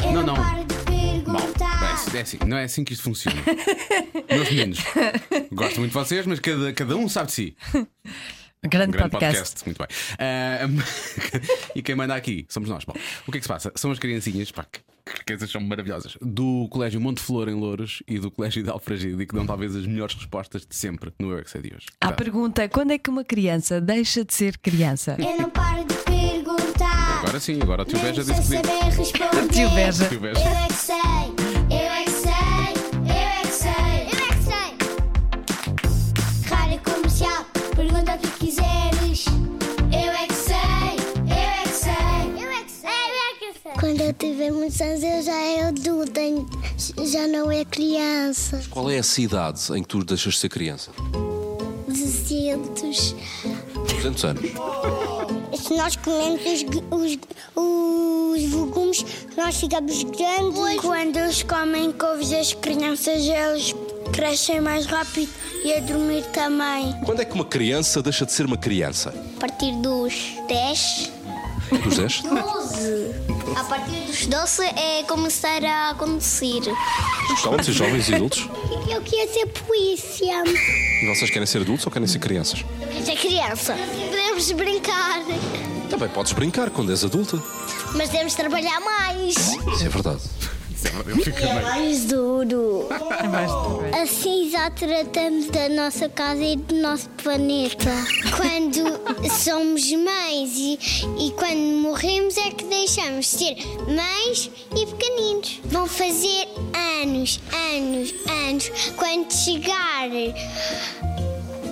não, não. Para de perguntar. É, é assim, não é assim que isto funciona. Meus meninos, gosto muito de vocês, mas cada, cada um sabe de si. Grande, Um grande podcast. podcast. Muito bem. Ah, e quem manda aqui somos nós. Bom, o que é que se passa? São as criancinhas, pá, que que crianças são maravilhosas, do Colégio Monte Flor em Louros e do Colégio de Alfragide, que dão talvez as melhores respostas de sempre no Eu É Que Sei de hoje. À Verdade. pergunta: quando é que uma criança deixa de ser criança? É. Eu não paro de perguntar. Agora sim, agora o tio Nem Beja sei disse que saber responder. Tio Beja. Tio Beja. Eu é que sei. Eu é que sei. Eu é que sei. Eu é que sei. Rádio comercial. Pergunta o que quiseres. Eu é que sei. Eu é que sei. Eu é que sei. Eu é que sei. Quando eu tiver muitos anos, eu já é adulta, já não é criança. Qual é a cidade em que tu deixas de ser criança? 200. 200 anos. Se nós comemos os, gu- os, os legumes, nós ficamos grandes. Quando eles comem couves, as crianças eles crescem mais rápido e a dormir também. Quando é que uma criança deixa de ser uma criança? A partir dos 10. Dos 10? 12. A partir dos 12 é começar a conduzir. Gostavam de ser jovens e adultos? Eu queria ser polícia. E vocês querem ser adultos ou querem ser crianças? É criança. Podemos brincar, Também podes brincar quando és adulta. mas devemos trabalhar mais. Isso é verdade. É mais duro. É mais de- Assim já tratamos da nossa casa e do nosso planeta. Quando somos mães e, e quando morremos é que deixamos de ser mães e pequeninos. Vão fazer anos, anos, anos. Quando chegar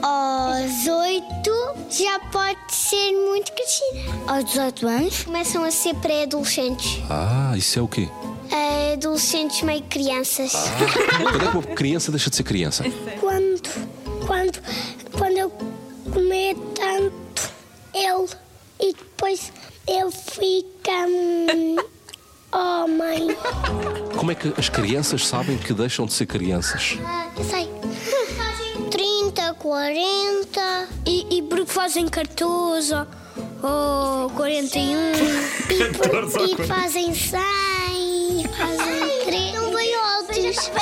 aos oito já pode ser muito crescida. Aos 18 anos começam a ser pré-adolescentes. Ah, isso é o quê? Eh, Adolescentes meio crianças. Quando é que uma criança deixa de ser criança? Quando, quando, quando eu comer tanto ele e depois ele oh, fica hum, homem. Como é que as crianças sabem que deixam de ser crianças? eu sei. 30, 40. E, e porque fazem 14 ou Oh, 41. E, por, e fazem 100. E fazem 3. Não veio outros. é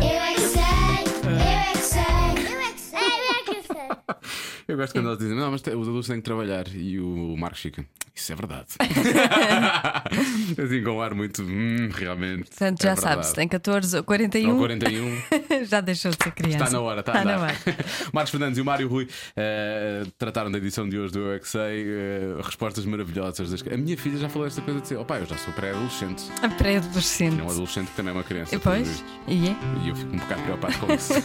Eu é que sei. Eu é que sei. Eu é que sei. Eu é que sei. Eu gosto quando elas dizem, não, mas te- os adultos têm que trabalhar. E o Marcos fica, isso é verdade. assim, com um ar muito, "Hum, realmente. Portanto, é já verdade." sabes, tem 14 ou 41. Ou 41. já deixou de ser criança. Está na hora, está, a Está na andar. hora. Marcos Fernandes e o Mário Rui eh, trataram da edição de hoje do Eu É Que Sei, eh, respostas maravilhosas. das- A minha filha já falou esta coisa de dizer: opá, eu já sou pré-adolescente. A É um Pré-adolescente. adolescente que também é uma criança. E Pois, pelos vistos. e é? E eu fico um bocado preocupado com isso.